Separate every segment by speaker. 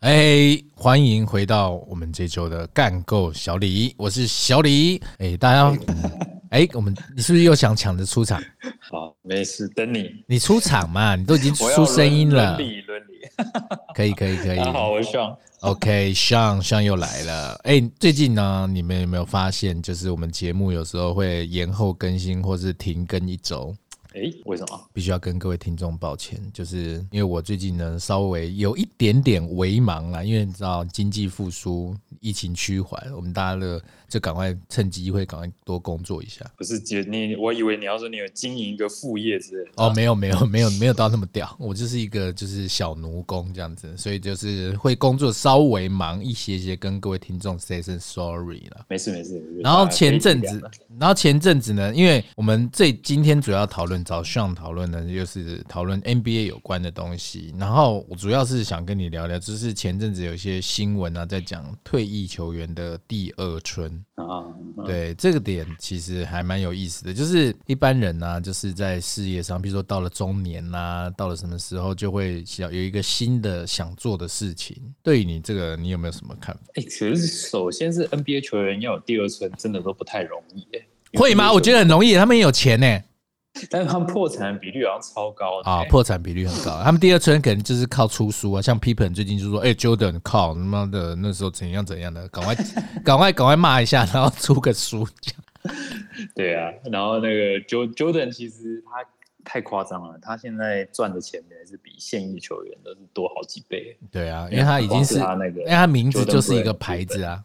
Speaker 1: 嘿，哎欢迎回到我们这周的干够小李，我是小李。哎，大 家，哎，我们你是不是又想抢着出场？
Speaker 2: 好，没事，等你。
Speaker 1: 你出场嘛，你都已经
Speaker 2: 我要
Speaker 1: 出声音了哎
Speaker 2: 伦，理伦理。
Speaker 1: 可以，可以，可以
Speaker 2: 大。家好，我是 Sean。
Speaker 1: OK，上上又来了。哎、最近呢，你们有没有发现，就是我们节目有时候会延后更新，或是停更一周？
Speaker 2: 哎，为什么？
Speaker 1: 必须要跟各位听众抱歉，就是因为我最近呢稍微有一点点微忙啦，因为你知道经济复苏、疫情趋缓，我们大家的就赶快趁机会赶快多工作一下。
Speaker 2: 不是姐，你我以为你要说你有经营一个副业之类的。
Speaker 1: 哦，没有没有 没有没有到那么屌，我就是一个就是小奴工这样子，所以就是会工作稍微忙一些些，跟各位听众 say 声 sorry 啦。
Speaker 2: 没事没事。没事
Speaker 1: 然后前阵，
Speaker 2: 啊大家可以体谅
Speaker 1: 子
Speaker 2: 的，
Speaker 1: 然后前阵子呢，因为我们这今天主要讨论找上讨论呢，就是讨论 NBA 有关的东西。然后我主要是想跟你聊聊，就是前阵子有一些新闻啊，在讲退役球员的第二春。
Speaker 2: 啊，嗯
Speaker 1: 对这个点其实还蛮有意思的，就是一般人呢、啊就是在事业上，比如说到了中年啦、到了什么时候就会想有一个新的想做的事情。对于你这个，你有没有什么看法？
Speaker 2: 哎，可是首先是 NBA 球员要有第二春，真的都不太容易耶。
Speaker 1: 会吗？我觉得很容易，他们也有钱呢、
Speaker 2: 得，但是他们破产比率好像超高的哎
Speaker 1: 啊，破产比率很高。他们第二春可能就是靠出书啊，像 Pippen 最近就说：“哎、j o r d a n 靠他妈的那时候怎样怎样的，赶快 赶快赶快骂一下，然后出个书。这样
Speaker 2: 对啊，然后那个 Jo- Jordan 其实他太夸张了，他现在赚的钱也是比现役球员都是多好几倍。”
Speaker 1: 对啊，因为他已经是，
Speaker 2: 光他那个
Speaker 1: 因为他名字
Speaker 2: Jordan
Speaker 1: 就是一
Speaker 2: Brand
Speaker 1: 个
Speaker 2: 的
Speaker 1: 牌子啊，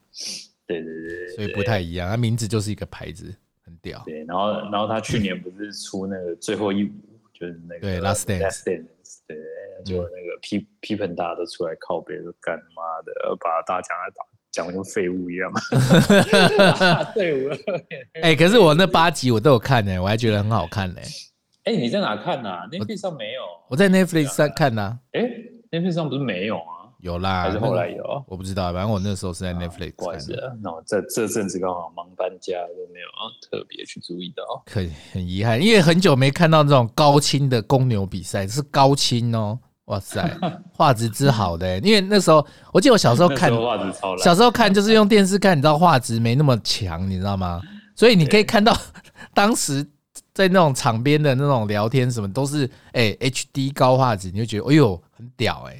Speaker 2: 对对对对，
Speaker 1: 所以不太一样。他名字就是一个牌子，很屌。
Speaker 2: 对，然后然后他去年不是出那个最后一舞，就是那个
Speaker 1: 对，Last Dance 嗯
Speaker 2: Last Dance，对，就那个批批评大家都出来靠背，说干妈的呃把大家打讲得跟废物一样， 队伍了。
Speaker 1: 哎、可是我那八集我都有看呢、我还觉得很好看呢、
Speaker 2: 哎，你在哪看呐？Netflix 上没有？
Speaker 1: 我在 Netflix 上看呢、
Speaker 2: 哎，Netflix 上不是没有啊？
Speaker 1: 有啦，
Speaker 2: 还是后来
Speaker 1: 那个
Speaker 2: 有？
Speaker 1: 我不知道，反正我那时候是在 Netflix
Speaker 2: 不好意
Speaker 1: 看
Speaker 2: 思
Speaker 1: 的，
Speaker 2: 啊，那我在这阵子刚好忙搬家，都没有啊特别去注意到。
Speaker 1: 很很遗憾，因为很久没看到这种高清的公牛比赛，是高清哦，哇 塞，画质之好的欸、因为那时候我记得我小时候
Speaker 2: 那
Speaker 1: 看
Speaker 2: 时，候画质超烂
Speaker 1: 小，时候看就是用电视看，你知道画质没那么强，你知道吗？所以你可以看到 当时在那种场边的那种聊天什么都是哎、HD 高画质，你就觉得哎呦很屌哎、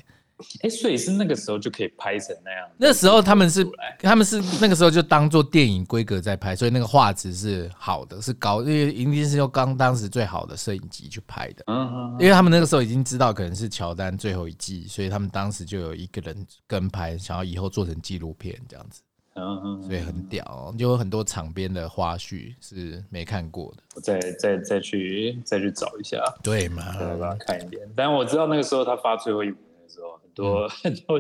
Speaker 2: 哎，所以是那个时候就可以拍成那样。
Speaker 1: 那时候他们是
Speaker 2: 出来
Speaker 1: 他们是那个时候就当做电影规格在拍，所以那个画质是好的，是高，因为一定是用刚当时最好的摄影机去拍的。
Speaker 2: 嗯嗯，嗯
Speaker 1: 因为他们那个时候已经知道可能是乔丹最后一季，所以他们当时就有一个人跟拍，想要以后做成纪录片这样子，
Speaker 2: 嗯嗯，嗯
Speaker 1: 所以很屌哦、就有很多场边的花絮是没看过的，
Speaker 2: 我再再再去再去找一下，
Speaker 1: 对嘛？
Speaker 2: 再把它看一遍。但我知道那个时候他发最后一舞的时候，很
Speaker 1: 嗯
Speaker 2: 多、 很多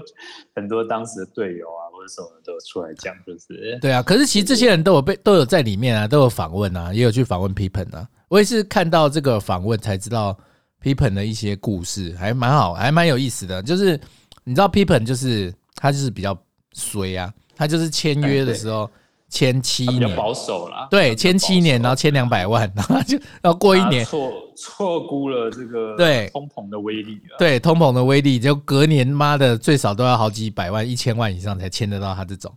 Speaker 2: 很多当时的队友啊或者什么的都出来讲，就是
Speaker 1: 对啊，可是其实这些人都有
Speaker 2: 嗯
Speaker 1: 被都有在里面啊，都有访问啊，也有去访问 Pippen 啊。我也是看到这个访问才知道 Pippen 的一些故事，还蛮好，还蛮有意思的。就是你知道 Pippen 就是他就是比较衰啊，他就是签约的时候签七
Speaker 2: 他哎比较
Speaker 1: 年，
Speaker 2: 保守啦，
Speaker 1: 对，签七年，然后签两百万，然后就然后过一
Speaker 2: 他
Speaker 1: 年，
Speaker 2: 错错估了这个
Speaker 1: 对
Speaker 2: 通膨的威力啊。
Speaker 1: 对通膨的威力，就隔年妈的最少都要好几百万、一千万以上才签得到他这种。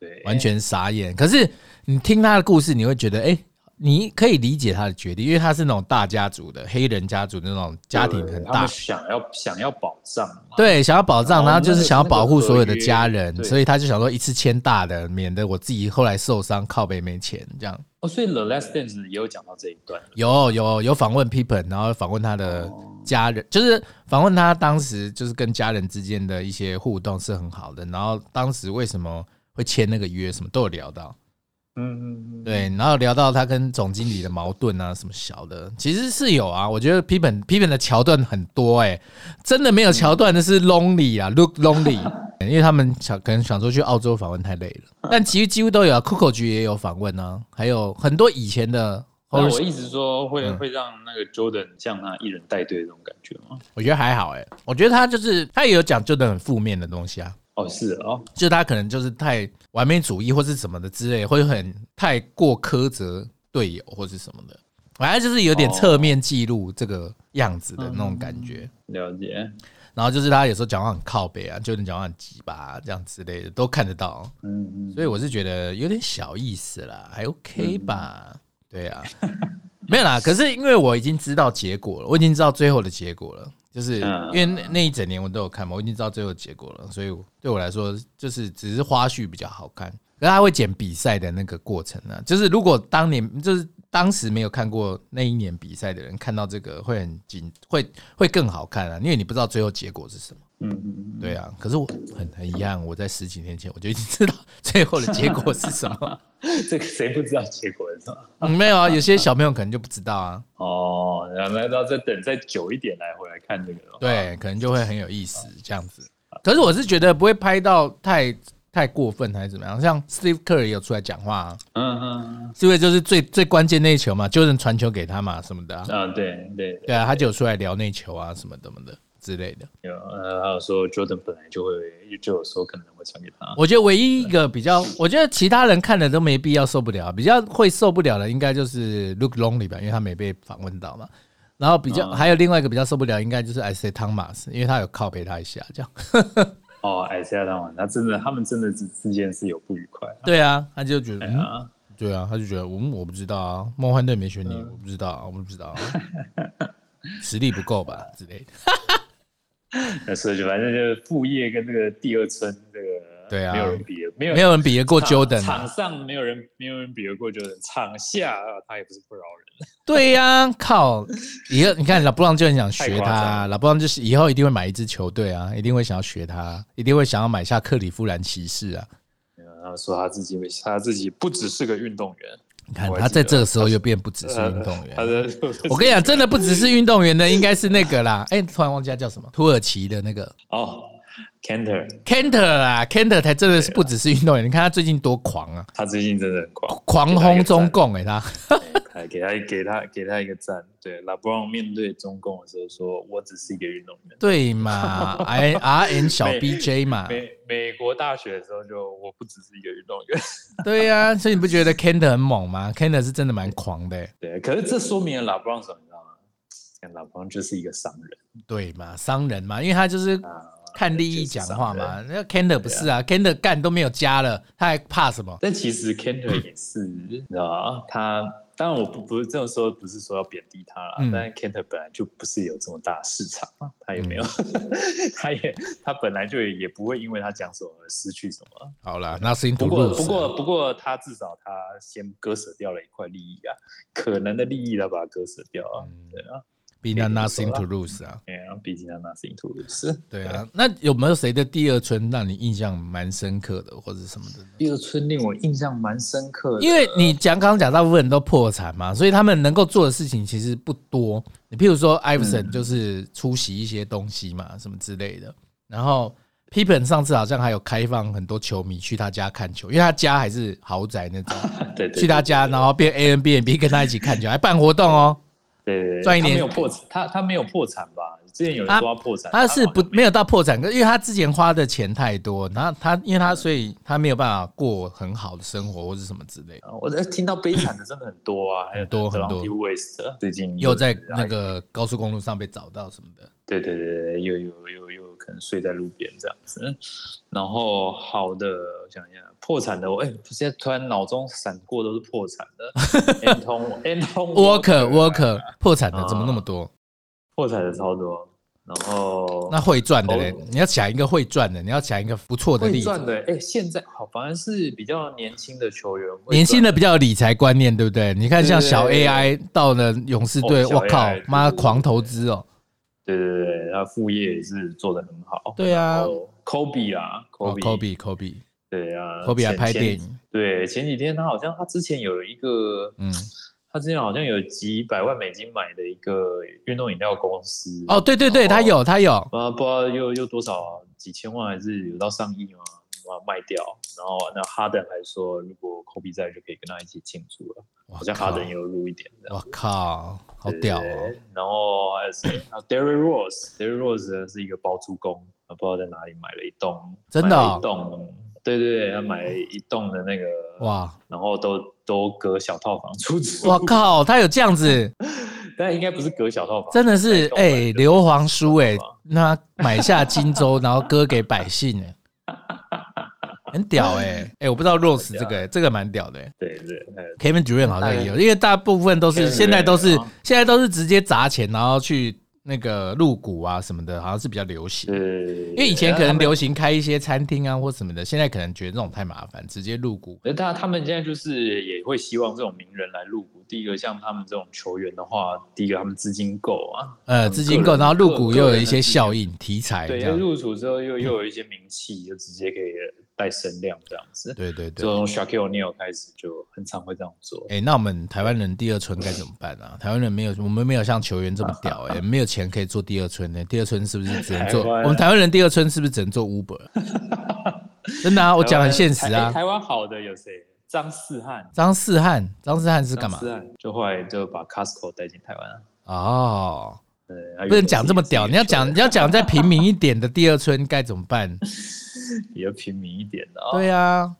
Speaker 2: 对，
Speaker 1: 完全傻眼。可是你听他的故事，你会觉得，哎、你可以理解他的决定，因为他是那种大家族的黑人家族的那种家庭很
Speaker 2: 对他
Speaker 1: 大
Speaker 2: 们，想要想要保障嘛。
Speaker 1: 对，想要保障，
Speaker 2: 然后
Speaker 1: 然后就是想要保护所有的家
Speaker 2: 那
Speaker 1: 人，
Speaker 2: 个合约
Speaker 1: 所以他就想说一次签大的，免得我自己后来受伤靠背没钱这样。
Speaker 2: 哦，所以《The Last Dance》也有讲到这一段。
Speaker 1: 有有有访问 Pippen，然后访问他的
Speaker 2: 哦
Speaker 1: 家人，就是访问他当时就是跟家人之间的一些互动是很好的，然后当时为什么会签那个约，什么都有聊到。
Speaker 2: 嗯嗯嗯，
Speaker 1: 对，然后聊到他跟总经理的矛盾啊，什么小的，其实是有啊。我觉得 P 本 P 本的桥段很多哎、真的没有桥段的是 Lonely 啊，Look Lonely，因为他们想可能想说去澳洲访问太累了，但其实几乎都有啊，Coco 局也有访问啊，还有很多以前的，
Speaker 2: 那
Speaker 1: 我
Speaker 2: 我一直说会、
Speaker 1: 嗯
Speaker 2: 会让那个 Jordan 像他一人带队的那种感觉吗？
Speaker 1: 我觉得还好哎、我觉得他就是他也有讲究的很负面的东西啊，
Speaker 2: 哦，是哦，
Speaker 1: 就是他可能就是太完美主义或是什么的之类，会很太过苛责队友或是什么的，
Speaker 2: 嗯
Speaker 1: 反正就是有点侧面记录这个样子的那种感觉。
Speaker 2: 了解。
Speaker 1: 然后就是他有时候讲话很靠北啊，就你讲话很鸡巴、啊这样之类的都看得到，
Speaker 2: 嗯嗯，
Speaker 1: 所以我是觉得有点小意思啦，还 OK 吧？对啊， 没有啦。可是因为我已经知道结果了，我已经知道最后的结果了，就是
Speaker 2: 嗯
Speaker 1: 因为那那一整年我都有看嘛，我已经知道最后的结果了，所以我对我来说就是只是花絮比较好看。可是他会剪比赛的那个过程呢、就是如果当年 就是当时没有看过那一年比赛的人，看到这个会很紧，会会更好看啊，因为你不知道最后结果是什么。
Speaker 2: 嗯嗯
Speaker 1: 对啊，可是我很很遗憾，我在十几年前我就已经知道最后的结果是什么。
Speaker 2: 嗯，这个谁不知道结果是什么？
Speaker 1: 嗯没有啊，有些小朋友可能就不知道啊，
Speaker 2: 哦，然后要再等再久一点来回来看这个了。
Speaker 1: 对，可能就会很有意思这样子。可是我是觉得不会拍到太太过分还是怎么样，像 Steve Kerr 也有出来讲话、啊，
Speaker 2: 嗯嗯
Speaker 1: 因为就是最最关键那一球嘛，就能传球给他嘛什么的、啊
Speaker 2: 嗯，，啊，对对
Speaker 1: 对啊，他就有出来聊那球啊什么的什么的之类的。
Speaker 2: 有呃，还有说 Jordan 本来就会就有说可能会传给他。
Speaker 1: 我觉得唯一一个比较，我觉得其他人看了都没必要受不了，比较会受不了的应该就是 Luke Longley 吧，因为他没被访问到嘛。然后比较、
Speaker 2: 嗯
Speaker 1: 还有另外一个比较受不了，应该就是 I C 汤马斯，因为他有靠背他一下， 这样。
Speaker 2: 哦，艾斯亚当晚，他真的他们真的之之间是有不愉快。
Speaker 1: 对啊，他就觉得，
Speaker 2: 对
Speaker 1: 嗯、
Speaker 2: 啊，
Speaker 1: 对啊，他就觉得，嗯，我不知道啊，梦幻队没选
Speaker 2: 嗯
Speaker 1: 你，我不知道、啊，我不知道、 啊，实力不够吧之类的。
Speaker 2: 那所以就反正就是副业跟这个第二春这个
Speaker 1: 对啊
Speaker 2: 没有人比的，没有
Speaker 1: 没有人比得过
Speaker 2: 场
Speaker 1: Jordan 啊
Speaker 2: 场上没有人没有人比得过 Jordan，场下啊他也不是不饶人。
Speaker 1: 对呀、靠！以后你看老布朗就很想学
Speaker 2: 太
Speaker 1: 他、
Speaker 2: 夸张
Speaker 1: 老布朗就是以后一定会买一支球队啊，一定会想要学他，一定会想要买下克利夫兰骑士啊。
Speaker 2: 然后说他自己他自己不只是个运动员，
Speaker 1: 你看
Speaker 2: 我还
Speaker 1: 他
Speaker 2: 记
Speaker 1: 在
Speaker 2: 得
Speaker 1: 这个时候又变不只是
Speaker 2: 呃
Speaker 1: 运动员
Speaker 2: 他，的
Speaker 1: 我跟你讲，真的不只是运动员的，应该是那个啦。哎、突然忘记他叫什么，土耳其的那个
Speaker 2: 哦，Cantor，
Speaker 1: Cantor 啊，Cantor 才真的是不只是运动员。你看他最近多狂啊，
Speaker 2: 他最近真的很狂，
Speaker 1: 狂轰中共哎、他。
Speaker 2: 哎，给他给他给他一个赞。对，拉布朗面对中共的时候说：“我只是一个运动员。”
Speaker 1: 对嘛，I R N 小
Speaker 2: 美
Speaker 1: B J 嘛，
Speaker 2: 美美国大学的时候就我不只是一个运动员，
Speaker 1: 对呀、所以你不觉得 Cantor 很猛吗？Cantor 是真的蛮狂的、欸。
Speaker 2: 对，可是这说明了拉布朗什么，你知道吗？拉布朗就是一个商人
Speaker 1: 对嘛，商人嘛，因为他就是
Speaker 2: 啊，
Speaker 1: 看利益讲话嘛。那 Kender 不是啊，Kender 干都没有加了，他还怕什么？
Speaker 2: 但其实 Cantor 也是，你知道吗？他当然我不不是这种说，不是说要贬低他啦，
Speaker 1: 嗯
Speaker 2: 但是 Cantor 本来就不是有这么大的市场嘛，他也没有，
Speaker 1: 嗯
Speaker 2: 他也他本来就也也不会因为他讲什么而失去什么。
Speaker 1: 好了，那事情
Speaker 2: 不过不过不过他至少他先割舍掉了一块利益啊，可能的利益他把它割舍掉啊，
Speaker 1: 嗯
Speaker 2: 对啊。
Speaker 1: ，Be
Speaker 2: 也
Speaker 1: not
Speaker 2: 不错
Speaker 1: nothing
Speaker 2: 啦
Speaker 1: to lose 啊。
Speaker 2: 哎呀，毕竟他 nothing to lose。
Speaker 1: 对啊，那有没有谁的第二春让你印象蛮深刻的，或者什么的呢？
Speaker 2: 第二春令我印象蛮深刻的，
Speaker 1: 因为你讲刚刚讲大部分人都破产嘛，所以他们能够做的事情其实不多。你譬如说，Iverson
Speaker 2: 嗯
Speaker 1: 就是出席一些东西嘛，什么之类的。然后 Pippen 上次好像还有开放很多球迷去他家看球，因为他家还是豪宅那种，
Speaker 2: 啊对对
Speaker 1: 去他家，然后变 A N B N B 跟他一起看球，还办活动 哦。
Speaker 2: 对对对
Speaker 1: 赚一点
Speaker 2: 他没有破产，他他没有破产吧？之前有人说他破产，
Speaker 1: 他是不
Speaker 2: 好像
Speaker 1: 没有到破产，可因为他之前花的钱太多，然后他因为他所以他没有办法过很好的生活或是什么之类的，
Speaker 2: 我呃听到悲惨的真的很多啊，还有
Speaker 1: 很多
Speaker 2: d
Speaker 1: 很多
Speaker 2: e West 最近
Speaker 1: 又在那个
Speaker 2: 哎
Speaker 1: 高速公路上被找到什么的。
Speaker 2: 对对对对，又又又又可能睡在路边这样子。然后好的，我想一下，破产的我哎，现在突然脑中闪过都是破产 的，Anton Anton
Speaker 1: Worker
Speaker 2: Walker
Speaker 1: Worker 破产的
Speaker 2: 啊
Speaker 1: 怎么那么多？
Speaker 2: 破产的超多，然后
Speaker 1: 哦那会赚的嘞
Speaker 2: 哦？
Speaker 1: 你要想一个会赚的，你要想一个不错的
Speaker 2: 会
Speaker 1: 例子。
Speaker 2: 赚的，哎、现在好，反而是比较年轻的球员，
Speaker 1: 年轻
Speaker 2: 的
Speaker 1: 的比较有理财观念，对不对？你看像小
Speaker 2: 对对对
Speaker 1: AI 到了勇士队，
Speaker 2: 哦小
Speaker 1: 我靠
Speaker 2: AI，
Speaker 1: 妈
Speaker 2: 对对对
Speaker 1: 狂投资哦！
Speaker 2: 对对对，他副业也是做的很好。
Speaker 1: 对啊
Speaker 2: 然后，Kobe 啊
Speaker 1: 哦，Kobe
Speaker 2: ，Kobe，、
Speaker 1: Kobe
Speaker 2: 对啊
Speaker 1: Kobe 还
Speaker 2: 前
Speaker 1: 拍电。
Speaker 2: 前
Speaker 1: 影，
Speaker 2: 对，前几天他好像他之前有一个，
Speaker 1: 嗯，
Speaker 2: 他之前好像有几百万美金买的一个运动饮料公司。
Speaker 1: 哦，对对对，
Speaker 2: 然
Speaker 1: 他
Speaker 2: 后
Speaker 1: 有他有，
Speaker 2: 啊，不知道又又多少几千万，还是有到上亿吗？把它卖掉，然后那哈登还说，如果 Kobe 在，就可以跟他一起庆祝了。
Speaker 1: 我
Speaker 2: 好像哈
Speaker 1: 靠，
Speaker 2: 登也有入一点这样。
Speaker 1: 我靠，好屌哦！
Speaker 2: 对！然后还有谁？啊 Derry Rose，Derry Rose 是一个包租公，啊，不知道在哪里买了一栋，
Speaker 1: 真的哦
Speaker 2: 买了一栋，对对对，他买了一栋的那个，
Speaker 1: 哇，
Speaker 2: 然后都都隔小套房出租，
Speaker 1: 我靠，他有这样子，
Speaker 2: 但应该不是隔小套房，
Speaker 1: 真的是
Speaker 2: 太
Speaker 1: 哎、
Speaker 2: 动了对
Speaker 1: 硫磺书哎、
Speaker 2: 懂了
Speaker 1: 那买下荆州，然后割给百姓 哎、很屌哎、哎、我不知道 Rose 这个、哎这个蛮屌的、哎
Speaker 2: 对对，哎
Speaker 1: Kevin 主任好像也有，因为大部分都
Speaker 2: Kevin
Speaker 1: 是
Speaker 2: 主任
Speaker 1: 现在都是
Speaker 2: 有啊
Speaker 1: 现在都是直接砸钱，然后去那个入股啊什么的，好像是比较流
Speaker 2: 呃
Speaker 1: 行。
Speaker 2: 是，
Speaker 1: 因为以前可能
Speaker 2: 留。
Speaker 1: 流行开一些餐厅啊或什么的，现在可能觉得这种太麻烦，直接入股。
Speaker 2: 那他他们现在就是也会希望这种名人来入股。第一个，像他们这种球员的话，第一个他们资金够啊，
Speaker 1: 呃，资金够，
Speaker 2: 个人
Speaker 1: 然后入股又有一
Speaker 2: 个人
Speaker 1: 些
Speaker 2: 的
Speaker 1: 效应题材，哎这
Speaker 2: 对，
Speaker 1: 样
Speaker 2: 入主之后又又有一些名气，就直接给带声量这样子。
Speaker 1: 对对
Speaker 2: 就
Speaker 1: 对。
Speaker 2: 从 Shaquille O'Neal 开始，就很常会这样做。
Speaker 1: 哎、那我们台湾人第二春该怎么办啊？台湾人没有，我们没有像球员这么屌、哎，没有钱可以做第二春呢、第二春是不是只能做？
Speaker 2: 台湾
Speaker 1: 我们台湾人第二春是不是只能做 Uber？真的啊，我讲很现实
Speaker 2: 台
Speaker 1: 啊
Speaker 2: 湾。台台湾好的有谁？张世汉。
Speaker 1: 张世汉，张世汉是
Speaker 2: 是
Speaker 1: 干嘛？
Speaker 2: 就后来就把 Costco 带进台湾啊。
Speaker 1: 哦，
Speaker 2: 对，
Speaker 1: 不能讲这么屌，你要讲你要讲再平民一点的第二春该怎么办？
Speaker 2: 比较平民一点的啊。
Speaker 1: 对啊，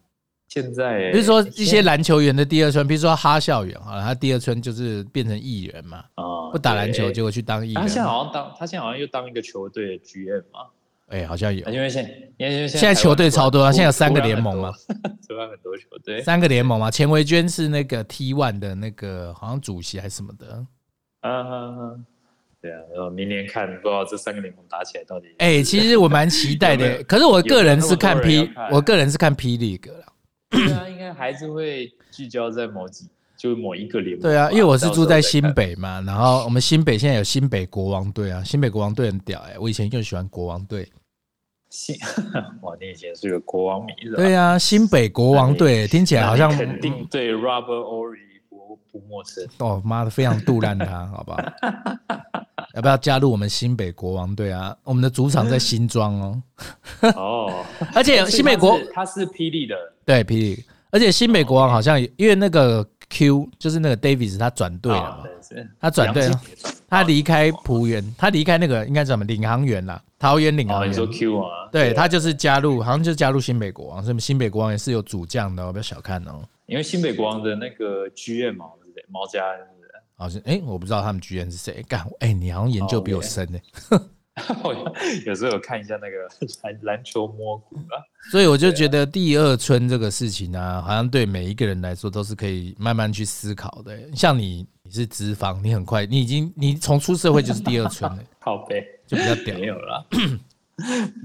Speaker 2: 现在
Speaker 1: 比如说一些篮球员的第二春，比如说哈校园啊，他第二春就是变成艺人嘛，
Speaker 2: 啊
Speaker 1: 不打篮球
Speaker 2: 对
Speaker 1: 结果去当艺
Speaker 2: 他现在
Speaker 1: 人，啊
Speaker 2: 好像当他现在好像又当一个球队的 GM 嘛，
Speaker 1: 哎，好像有
Speaker 2: 啊因为现在因为现
Speaker 1: 现在球队超多啊现在有三个联盟嘛
Speaker 2: 嘛， 突然很多球队
Speaker 1: 三个联盟嘛，钱维娟是那个 T One 的那个好像主席还是什么的，
Speaker 2: 啊啊，啊对啊，然后明年看不知道这三个联盟打起来到底
Speaker 1: 哎，其实我蛮期待
Speaker 2: 有没
Speaker 1: 的，
Speaker 2: 有
Speaker 1: 可是我个人是看
Speaker 2: 有没有那
Speaker 1: P，
Speaker 2: 么多人要看
Speaker 1: 我个人是看 P League 啦。
Speaker 2: 对啊，应该还是会聚焦在某几就某一个联盟吧，
Speaker 1: 对啊，因为我是
Speaker 2: 到时
Speaker 1: 住
Speaker 2: 哦候
Speaker 1: 在
Speaker 2: 再
Speaker 1: 新
Speaker 2: 看，
Speaker 1: 北嘛，然后我们新北现在有新北国王队啊，新北国王队很屌哎、我以前就喜欢国王队。
Speaker 2: 新 哇，你以前是个国王迷是吧？
Speaker 1: 对啊，新北国王队听起来好像
Speaker 2: 那你肯定对 Robert Ory 不不陌 生，
Speaker 1: 哦妈的非常杜烂他， 好不好？要不要加入我们新北国王队啊？我们的主场在新庄哦，
Speaker 2: 哦，
Speaker 1: 而且新北国
Speaker 2: 所以他是他是霹雳的，
Speaker 1: 对霹雳，而且新北国王好像因为那个 Q 就是那个 Davis 他转队了
Speaker 2: 啊
Speaker 1: 嘛，
Speaker 2: 对是
Speaker 1: 他转队了
Speaker 2: 杨，基
Speaker 1: 他离开浦原，他离开那个应该叫什么领航员啦，桃园领
Speaker 2: 哦，
Speaker 1: 航
Speaker 2: 你
Speaker 1: 员
Speaker 2: 说。Q 啊？
Speaker 1: 对他就是加入，好像就加入新北国王，所以新北国王也是有主将的哦，不要小看哦。
Speaker 2: 因为新北国王的那个剧院嘛，对不对？毛家恩是
Speaker 1: 好像哎、我不知道他们居然是谁。干，哎、你好像研
Speaker 2: 哦
Speaker 1: 究比我深呢、
Speaker 2: 不是，我有时候有看一下那个 篮篮球摸骨啊，
Speaker 1: 所以我就觉得第二春这个事情啊，好像对每一个人来说都是可以慢慢去思考的、像你，你是资方，你很快，你已经你从出社会就是第二 春了、
Speaker 2: 靠背
Speaker 1: 就比较屌。
Speaker 2: 没有啦，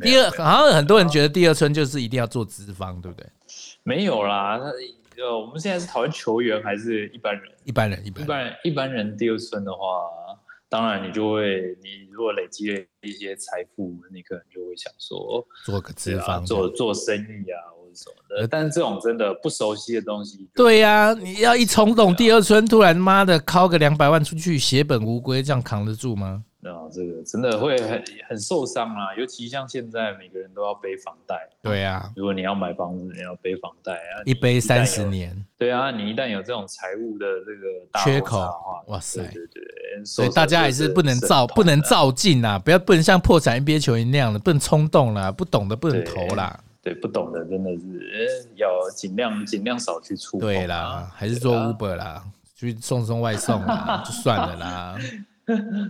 Speaker 1: 第二，好像很多人觉得第二春就是一定要做资方，对不对？
Speaker 2: 没有啦。那呃，我们现在是讨论球员还是一般人？
Speaker 1: 一般人，一
Speaker 2: 一
Speaker 1: 般人，
Speaker 2: 般人一般人第二春的话，当然你就会，你如果累积了一些财富，你可能就会想说，
Speaker 1: 做个
Speaker 2: 对
Speaker 1: 资
Speaker 2: 啊，
Speaker 1: 方，呃
Speaker 2: 做做生意啊或者什么的。但是这种真的不熟悉的东西，
Speaker 1: 对呀、你要一冲动，第二春突然妈的掏个两百万出去，血本无归，这样扛得住吗？
Speaker 2: 然后这个真的会很很受伤啊，尤其像现在每个人都要背房贷，
Speaker 1: 对呀、
Speaker 2: 如果你要买房子，你要背房贷啊，
Speaker 1: 一背
Speaker 2: 你旦
Speaker 1: 三
Speaker 2: 有
Speaker 1: 十，年，
Speaker 2: 对啊，你一旦有这种财务的这个大
Speaker 1: 缺
Speaker 2: 落差的话
Speaker 1: 口哇塞
Speaker 2: 对对对，
Speaker 1: 所以大家还是不能照不能
Speaker 2: 造，
Speaker 1: 照进啦，不要不能像破产 NBA 球员那样的，不能冲动啦，不懂的不能
Speaker 2: 对
Speaker 1: 投啦，
Speaker 2: 对，不懂的真的是呃要尽量尽量少去触碰啊，
Speaker 1: 对啦，还是做 Uber 啦，去送送外送 啦，就算了啦，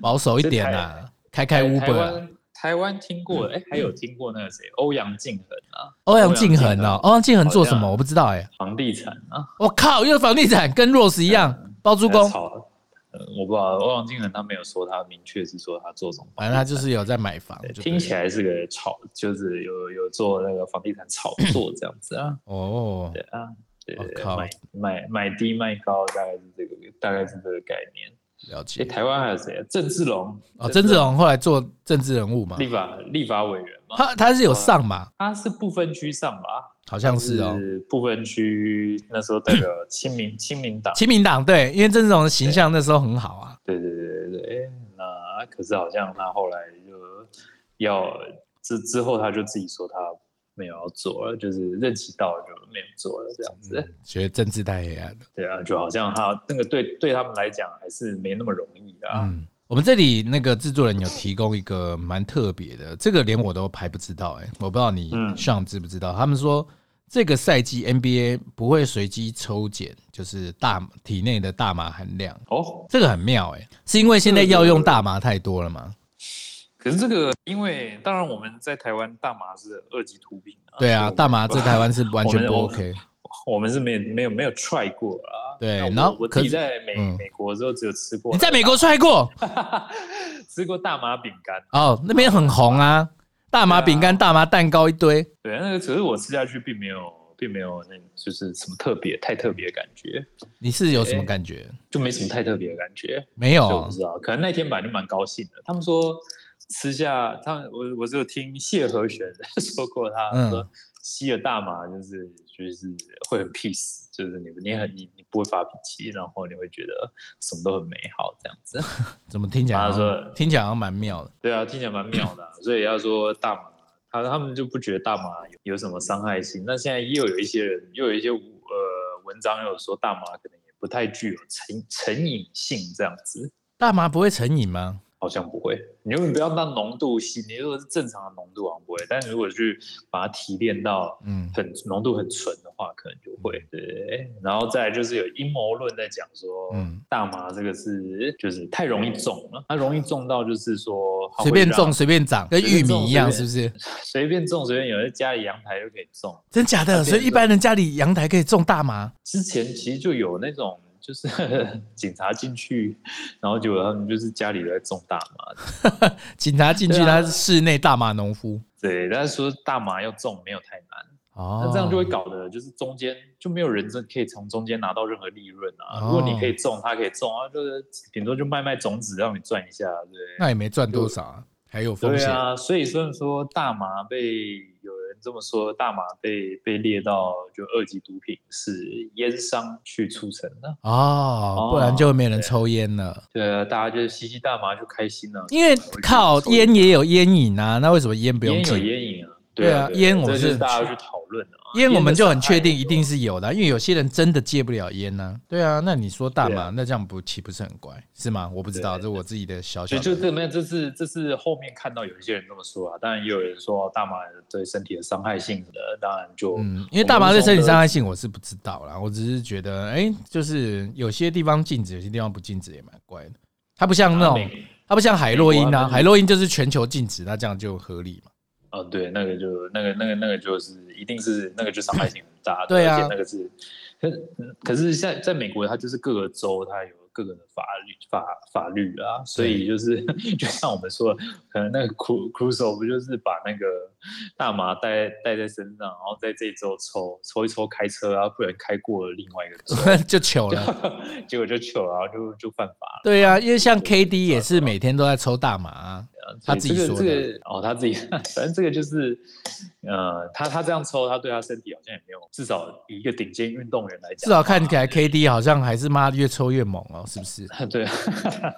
Speaker 1: 保守一点啦，开开
Speaker 2: 台哎
Speaker 1: Uber 啊嗯啦。
Speaker 2: 台湾台湾听过，哎，还有听过那个谁，欧阳靖恒啊，
Speaker 1: 欧阳靖恒哦，欧阳靖恒做什
Speaker 2: 好
Speaker 1: 么？
Speaker 2: 像
Speaker 1: 我不知道哎、
Speaker 2: 房地产啊，
Speaker 1: 我靠，又是房地产跟 Rose 一样包租公，
Speaker 2: 炒。呃我不知道欧阳靖恒他没有说他明确是说他做什么房地
Speaker 1: 反
Speaker 2: 产，
Speaker 1: 正他就是有在买房
Speaker 2: 对。
Speaker 1: 就
Speaker 2: 听
Speaker 1: 对
Speaker 2: 起来是个炒，就是有有做那个房地产炒 作这样子啊，
Speaker 1: 哦
Speaker 2: 对，啊，对
Speaker 1: 我
Speaker 2: 对
Speaker 1: 靠
Speaker 2: 买买买低卖高，大概是这个大概是这个概念。
Speaker 1: 了
Speaker 2: 诶，
Speaker 1: 解。
Speaker 2: 台湾还有谁啊？郑志龙
Speaker 1: 哦，曾志荣后来做政治人物嘛，
Speaker 2: 立法立法委员嘛，
Speaker 1: 他他是有上嘛，
Speaker 2: 他是不分区上吧？
Speaker 1: 好像是哦。
Speaker 2: 不分区那时候代表亲民亲民党，
Speaker 1: 亲民党对，因为郑志荣的形象那时候很好啊，
Speaker 2: 对对对对对。那可是好像他后来就要之之后他就自己说他没有要做了，就是任期到了就没有做了这样子。
Speaker 1: 嗯觉得政治太黑暗了。
Speaker 2: 对啊，就好像他那个对对他们来讲还是没那么容易的、啊。
Speaker 1: 嗯，我们这里那个制作人有提供一个蛮特别的，这个连我都还不知道哎、我不知道你
Speaker 2: 嗯
Speaker 1: 上知不知道？他们说这个赛季 NBA 不会随机抽检，就是大体内的大麻含量，
Speaker 2: 哦，
Speaker 1: 这个很妙哎、是因为现在药用大麻太多了
Speaker 2: 嗯
Speaker 1: 吗？
Speaker 2: 可是这个，因为当然我们在台湾大麻是二级毒品、啊，
Speaker 1: 对啊，
Speaker 2: 所以
Speaker 1: 大麻在台湾是完全不
Speaker 2: 我们
Speaker 1: OK。
Speaker 2: 我们是没有没有没有 try 过啊。
Speaker 1: 对
Speaker 2: 那我
Speaker 1: 然后
Speaker 2: 我
Speaker 1: 可
Speaker 2: 自己
Speaker 1: 是
Speaker 2: 在美、
Speaker 1: 嗯
Speaker 2: 美国之后只有吃过，
Speaker 1: 你在美国踹 过
Speaker 2: 吃过大麻饼干，
Speaker 1: 哦，那边很红啊，大麻饼干、大麻蛋糕一堆。
Speaker 2: 对，那个可是我吃下去并没有并没有那就是什么特别太特别的感觉，
Speaker 1: 你是有什么感觉？
Speaker 2: 就没什么太特别的感觉。
Speaker 1: 没
Speaker 2: 所以我
Speaker 1: 有
Speaker 2: 不，知道，可能那天本来就蛮高兴的。他们说吃下，他们我我只有听谢和弦 说过他，
Speaker 1: 嗯
Speaker 2: 说吸了大麻就是就是会很 peace，就是你你很你你不会发脾气，然后你会觉得什么都很美好这样子。
Speaker 1: 怎么听起来好
Speaker 2: 他说
Speaker 1: 像听起来好像蛮妙的。
Speaker 2: 对啊，听起来蛮妙 的啊、所以要说大麻，他他们就不觉得大麻有有什么伤害性。那现在又有一些人，又有一些呃文章有说大麻可能也不太具有成成瘾性这样子。
Speaker 1: 大麻不会成瘾吗？
Speaker 2: 好像不会，你如果不要当浓度吸，你如果是正常的浓度好像不会，但如果去把它提炼到
Speaker 1: 嗯，
Speaker 2: 很浓度很纯的话，可能就会。对对对，然后再来就是有阴谋论在讲说，
Speaker 1: 嗯
Speaker 2: 大麻这个是就是太容易种了，它容易种到就是说它会
Speaker 1: 随便
Speaker 2: 让
Speaker 1: 种随便长，跟
Speaker 2: 随便
Speaker 1: 玉米一样，是
Speaker 2: 种
Speaker 1: 不是？
Speaker 2: 随便种，随便有人家里阳台就可以种。
Speaker 1: 真假的？
Speaker 2: 随便
Speaker 1: 所以一般人家里阳台可以种大麻，
Speaker 2: 之前其实就有那种，就是 警察进去，然后结果他们就是家里都在种大麻，
Speaker 1: 警察进去
Speaker 2: 对啊
Speaker 1: 他是室内大麻农夫。
Speaker 2: 对，但是说大麻要种没有太难。
Speaker 1: 哦，
Speaker 2: 那这样就会搞得就是中间就没有人真可以从中间拿到任何利润啊。
Speaker 1: 哦
Speaker 2: 如果你可以种，他可以种啊，就是顶多就卖卖种子让你赚一下，对
Speaker 1: 那也没赚多少啊，还有
Speaker 2: 不
Speaker 1: 风
Speaker 2: 对？对
Speaker 1: 险。
Speaker 2: 啊，所以虽然说大麻被有人这么说，大麻被被列到就二级毒品是烟商去促成的，
Speaker 1: 哦，不然就没有人抽烟了。
Speaker 2: 对啊，大家就是吸吸大麻就开心了、
Speaker 1: 因为靠烟也有烟瘾啊，那为什么烟不用
Speaker 2: 烟有
Speaker 1: 禁？
Speaker 2: 烟瘾啊，
Speaker 1: 对啊
Speaker 2: 啊，
Speaker 1: 烟我们
Speaker 2: 这就是是大家去讨论的、啊，
Speaker 1: 烟我们就很确定
Speaker 2: 烟的
Speaker 1: 一
Speaker 2: 伤害
Speaker 1: 定是有的啊，因为有些人真的戒不了烟呢、对啊，那你说大
Speaker 2: 对
Speaker 1: 麻，
Speaker 2: 啊
Speaker 1: 那这样不岂不是很怪？是吗？我不知道，
Speaker 2: 对
Speaker 1: 这我自己的小
Speaker 2: 所
Speaker 1: 小
Speaker 2: 以
Speaker 1: 的。
Speaker 2: 就这没有，这是这是后面看到有一些人这么说啊，当然也有人说大麻对身体的伤害性的，当然就
Speaker 1: 嗯，因为大麻对身体伤害性我是不知道啦，我只是觉得，哎、就是有些地方禁止，有些地方不禁止也蛮怪的。它不像那
Speaker 2: 啊
Speaker 1: 种，
Speaker 2: 美
Speaker 1: 它不像海洛因
Speaker 2: 美国啊
Speaker 1: 啊，
Speaker 2: 那是
Speaker 1: 海洛因就是全球禁止，那这样就合理嘛？
Speaker 2: 哦，对，那个就那个那个那个就是一定是那个就伤害性很大的，
Speaker 1: 对啊
Speaker 2: 而且那个是，可可是在在美国，它就是各个州它有各个的法律法法律啊，所以就是 就像我们说的，可能那个 Cru Crusoe 不就是把那个大麻带带在身上，然后在这一周抽抽一抽开车啊，不然开过了另外一个州。
Speaker 1: 就糗 了。
Speaker 2: 结果就糗了，然后就就犯法
Speaker 1: 对啊，因为像 KD 也是每天都在抽大麻、啊，
Speaker 2: 了。
Speaker 1: 他自己
Speaker 2: 这
Speaker 1: 说
Speaker 2: 个
Speaker 1: 的
Speaker 2: 这个哦，他自己， 反正这个就是，呃，他他这样抽，他对他身体好像也没有，至少以一个顶尖运动员来讲，
Speaker 1: 至少看起来
Speaker 2: 啊
Speaker 1: KD 好像还是妈越抽越猛哦，是不是？
Speaker 2: 对，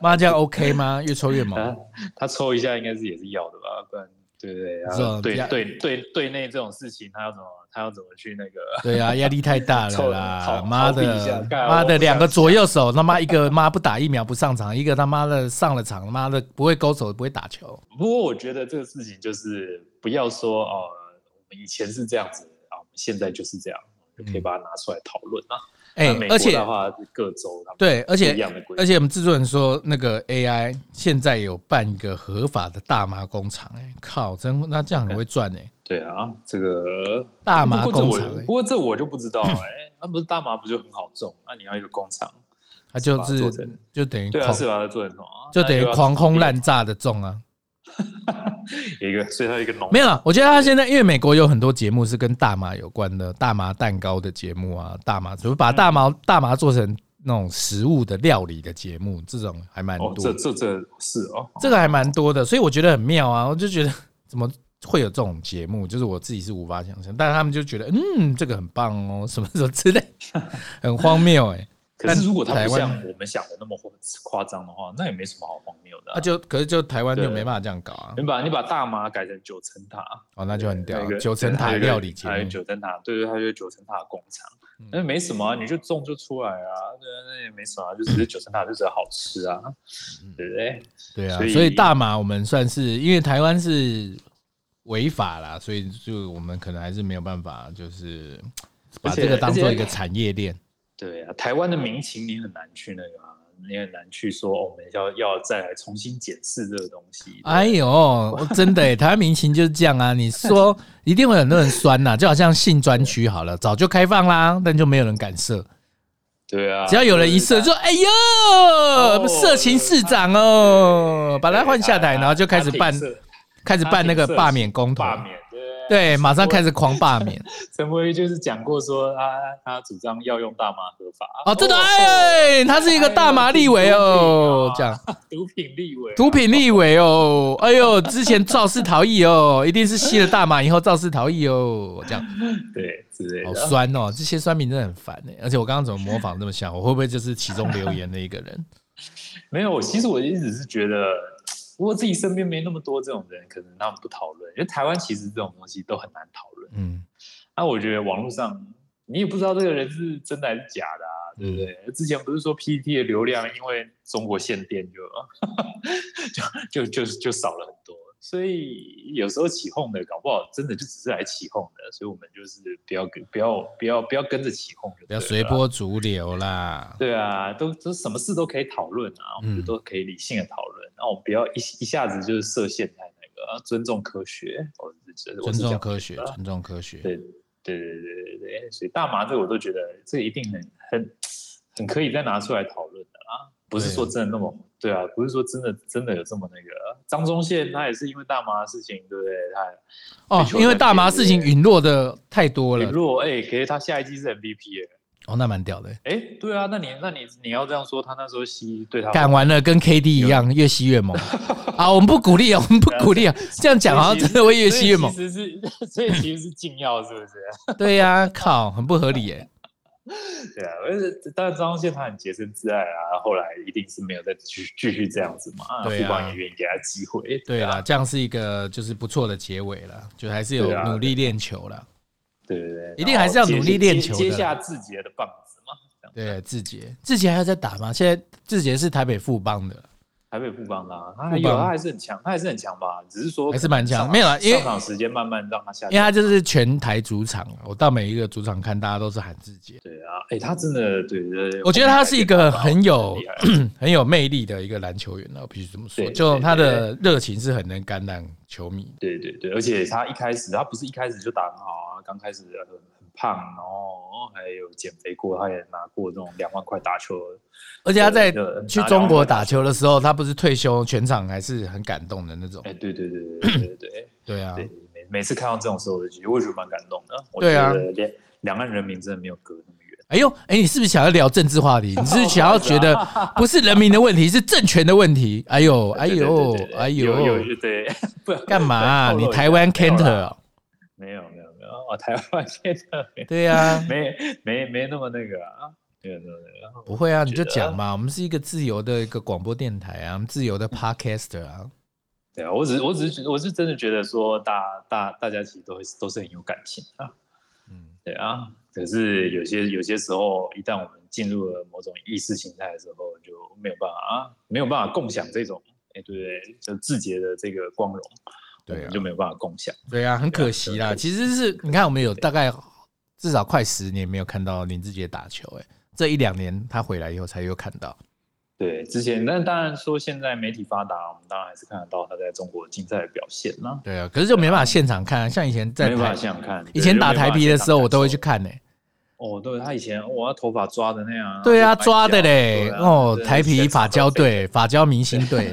Speaker 1: 妈这样 OK 吗？越抽越猛，
Speaker 2: 他他抽一下应该是也是要的吧，不然对不对？然
Speaker 1: 是啊
Speaker 2: 后
Speaker 1: 比
Speaker 2: 对
Speaker 1: 较
Speaker 2: 对对对内这种事情，他要怎么他要怎么去那个？
Speaker 1: 对啊，压力太大了
Speaker 2: 抽
Speaker 1: 啦！
Speaker 2: 抽
Speaker 1: 妈
Speaker 2: 抽比一下
Speaker 1: 的，
Speaker 2: 干
Speaker 1: 妈
Speaker 2: 我不
Speaker 1: 的，
Speaker 2: 想
Speaker 1: 两个左右手，他妈一个妈不打疫苗不上场，一个他妈的上了场，他妈的不会勾手不会打球，
Speaker 2: 不过我觉得这个事情就是不要说哦，我们以前是这样子，啊，我们现在就是这样，就可以把它拿出来讨论啊。
Speaker 1: 嗯哎
Speaker 2: 那美，国
Speaker 1: 而且
Speaker 2: 的话，各州他们
Speaker 1: 对，而
Speaker 2: 不一
Speaker 1: 且
Speaker 2: 样的规定
Speaker 1: 而且我们制作人说那个 AI 现在有办一个合法的大麻工厂，哎，靠，真那这样很会赚哎，
Speaker 2: 对啊，这个
Speaker 1: 大麻
Speaker 2: 不过这
Speaker 1: 工
Speaker 2: 我
Speaker 1: 厂哎
Speaker 2: 不过这我就不知道哎，那不是大麻不就很好种？那你要一个工厂，
Speaker 1: 他就
Speaker 2: 把它
Speaker 1: 是
Speaker 2: 做成
Speaker 1: 就等于
Speaker 2: 对啊，
Speaker 1: 狂
Speaker 2: 是把它做成什么？
Speaker 1: 就等于
Speaker 2: 那又要
Speaker 1: 狂轰滥炸的中啊。
Speaker 2: 一个，所以它一个农
Speaker 1: 没有啊啦，我觉得他现在因为美国有很多节目是跟大麻有关的，大麻蛋糕的节目啊，大麻怎么把大麻大麻做成那种食物的料理的节目，这种还蛮
Speaker 2: 哦
Speaker 1: 多，，
Speaker 2: 这这这是哦，
Speaker 1: 这个还蛮多的，所以我觉得很妙啊，我就觉得怎么。会有这种节目，就是我自己是无法想象，但是他们就觉得，嗯，这个很棒哦，什么什么之类，很荒谬哎、
Speaker 2: 可
Speaker 1: 但
Speaker 2: 是如果它
Speaker 1: 台
Speaker 2: 不
Speaker 1: 湾
Speaker 2: 像我们想的那么夸张的话，那也没什么好荒谬的啊
Speaker 1: 那、。就可是就台湾就
Speaker 2: 对
Speaker 1: 没办法这样搞啊，
Speaker 2: 你把你把大麻改成九层塔，
Speaker 1: 哦，那就很屌
Speaker 2: 那个，
Speaker 1: 九层塔
Speaker 2: 对
Speaker 1: 料理节
Speaker 2: 还有
Speaker 1: 目嗯
Speaker 2: 一个，九层塔，对对，它就是九层塔的工厂，那没什么啊，你就种就出来啊，对，那也没什么啊，就只是九层塔就是好吃啊，对不对？
Speaker 1: 对啊，
Speaker 2: 所以
Speaker 1: 所以大麻我们算是因为台湾是违法啦，所以就我们可能还是没有办法，就是把
Speaker 2: 而且
Speaker 1: 这个当做
Speaker 2: 而且
Speaker 1: 一个产业 链。
Speaker 2: 对啊，台湾的民情你很难去那个、啊，你很难去说、哦我们要要再来重新检视这个东西。
Speaker 1: 哎呦，真的耶，台湾民情就是这样啊！你说一定会有很多人酸呐、就好像性专区好了，早就开放啦，但就没有人敢射。
Speaker 2: 对啊，
Speaker 1: 只要有人一
Speaker 2: 就是
Speaker 1: 射，
Speaker 2: 他
Speaker 1: 就哎呦，色情市长哦，把他换下台，然后就开始办
Speaker 2: 啊他挺色
Speaker 1: 开始办那个罢免公投，
Speaker 2: 罢免，对啊
Speaker 1: 对，马上开始狂罢免
Speaker 2: 陈柏宇就是讲过说他他主张要用大麻合法
Speaker 1: 哦，真的哎，他是一个大麻立委哦，这样
Speaker 2: 毒品立委啊，
Speaker 1: 毒品立委哦，哎呦，之前肇事逃逸哦，一定是吸了大麻以后肇事逃逸哦，这样
Speaker 2: 对啊之类
Speaker 1: 好
Speaker 2: 的。
Speaker 1: 酸哦，这些酸民真的很烦哎，而且我刚刚怎么模仿这么像，我会不会就是其中留言的一个 人？
Speaker 2: 没有，其实我一直是觉得，如果自己身边没那么多这种人，可能他们不讨论，因为台湾其实这种东西都很难讨论。
Speaker 1: 嗯，
Speaker 2: 那、啊我觉得网络上你也不知道这个人是真的还是假的啊，对不对？
Speaker 1: 嗯
Speaker 2: 之前不是说 PPT 的流量因为中国限电就 就就就就少了很多，所以有时候起哄的搞不好真的就只是来起哄的，所以我们就是不要跟不要不要不要跟着起哄就
Speaker 1: 不
Speaker 2: 对
Speaker 1: 要
Speaker 2: 了
Speaker 1: 随。波逐流啦。
Speaker 2: 对啊，都都什么事都可以讨论啊，我
Speaker 1: 嗯
Speaker 2: 们就都可以理性的讨论。那、我们不要一一下子就是设限在那个，啊尊重科学，我是觉得我
Speaker 1: 尊
Speaker 2: 是这
Speaker 1: 重
Speaker 2: 样
Speaker 1: 科
Speaker 2: 觉
Speaker 1: 学
Speaker 2: 得啊，
Speaker 1: 尊重科学。
Speaker 2: 对对对对对对，所以大麻这个我都觉得这一定很很很可以再拿出来讨论的啦，不是
Speaker 1: 对
Speaker 2: 说真的那么对啊，不是说真的真的有这么那个。张忠宪他也是因为大麻的事情，对不对？他
Speaker 1: 哦
Speaker 2: 被，球
Speaker 1: 因为
Speaker 2: 员
Speaker 1: 大麻
Speaker 2: 给
Speaker 1: 事情陨落的太多了
Speaker 2: 如。果哎，可是他下一季是 MVP 耶，
Speaker 1: 哦，那蛮屌的欸，
Speaker 2: 哎，对啊，那你那你你要这样说，他那时候吸对他
Speaker 1: 干完了跟 KD 一样，越吸越 猛。啊，我们不鼓励啊，我们不鼓励啊，这样讲好像真的会越吸越猛。
Speaker 2: 所以其实是 所以其实是禁药，是不啊是？
Speaker 1: 对呀、靠，很不合理耶。
Speaker 2: 对啊，而且当然张忠宪他很洁身自爱啊，后来一定是没有再继续继续这样子嘛，
Speaker 1: 对啊
Speaker 2: 富邦也愿意给他机会，
Speaker 1: 对
Speaker 2: 啊，
Speaker 1: 啦，这样是一个就是不错的结尾了，就还是有
Speaker 2: 对啊
Speaker 1: 努力练球啦。
Speaker 2: 对对对，
Speaker 1: 一定还是要
Speaker 2: 然后接
Speaker 1: 努力练球的
Speaker 2: 接接下自己的棒子嘛。这样
Speaker 1: 对，志杰，志杰还要再打吗？现在志杰是台北富邦的，
Speaker 2: 台北富邦啦，他
Speaker 1: 富邦
Speaker 2: 还有他还是很强，他还是很强吧，只是说
Speaker 1: 还是蛮强
Speaker 2: 上
Speaker 1: 没有啦因为
Speaker 2: 上场时间慢慢让他下
Speaker 1: 因为
Speaker 2: 降。
Speaker 1: 他就是全台主场啊，我到每一个主场看，大家都是喊志杰。
Speaker 2: 对啊，哎，他真的对对对，
Speaker 1: 我觉得他是一个很有
Speaker 2: 厉害
Speaker 1: 很有魅力的一个篮球员啊，我必须这么说，
Speaker 2: 对
Speaker 1: 就
Speaker 2: 对
Speaker 1: 他的热情是很能感染球迷。
Speaker 2: 对对对，而且他一开始他不是一开始就打很好啊，刚开始很很胖，然后还有减肥过，他也拿过这种两万块打球的
Speaker 1: 而且他在
Speaker 2: 对对
Speaker 1: 去中国打球的时候，他不是退休，全场还是很感动的那种。
Speaker 2: 哎，对对对对对对对
Speaker 1: 对 啊，
Speaker 2: 对，每每次看到这种时候，我就觉得我也觉得蛮感动的。我
Speaker 1: 对啊
Speaker 2: 觉得两两岸人民真的没有隔那么远。
Speaker 1: 哎呦，哎，你是不是想要聊政治话 题？你是不是想要觉得不是人民的问题，是政权的问题？哎呦，哎
Speaker 2: 对
Speaker 1: 呦
Speaker 2: 对对对，对
Speaker 1: 哎
Speaker 2: 有有
Speaker 1: 呦，
Speaker 2: 有对，不
Speaker 1: 干嘛啊？
Speaker 2: 透露一
Speaker 1: 你
Speaker 2: 下
Speaker 1: 台湾
Speaker 2: 没有
Speaker 1: canter？
Speaker 2: 啦
Speaker 1: 哦
Speaker 2: 没有没有没有，哦，台湾 canter 没
Speaker 1: 对 啊，
Speaker 2: 没没没那么那个啊，没有那么那个。
Speaker 1: 不会啊，
Speaker 2: 觉
Speaker 1: 你就
Speaker 2: 得
Speaker 1: 讲嘛，我们是一个自由的一个广播电台啊，我们自
Speaker 2: 嗯
Speaker 1: 由的 podcaster 啊。
Speaker 2: 对啊，我只是我只是觉我是真的觉得说大大大家其实都会都是很有感情啊，
Speaker 1: 嗯，
Speaker 2: 对啊。可是有些有些时候，一旦我们进入了某种意识形态的时候，就没有办法啊，没有办法共享这种哎，对不对？就字节的这个光荣，
Speaker 1: 对啊
Speaker 2: 我们就没有办法共享。
Speaker 1: 对啊，很可惜啦。
Speaker 2: 对
Speaker 1: 其实是你看，我们有大概至少快十年没有看到林志杰打球、欸，这一两年他回来以后才又看到。
Speaker 2: 对，之前那当然说现在媒体发达，我们当然还是看得到他在中国竞赛的表现啦。
Speaker 1: 对啊，可是就没办法现场看、啊像以前在
Speaker 2: 没办
Speaker 1: 台
Speaker 2: 法想想看，
Speaker 1: 以前打台
Speaker 2: 比
Speaker 1: 啤的时候，我都会去。看呢、哎
Speaker 2: 哦，对，他以前我要头发抓的那样啊。
Speaker 1: 对啊，
Speaker 2: 白
Speaker 1: 抓的
Speaker 2: 胶
Speaker 1: 嘞，
Speaker 2: 对啊
Speaker 1: 哦，
Speaker 2: 对
Speaker 1: 台啤
Speaker 2: 现场
Speaker 1: 法交
Speaker 2: 都被
Speaker 1: 队、法交明星队，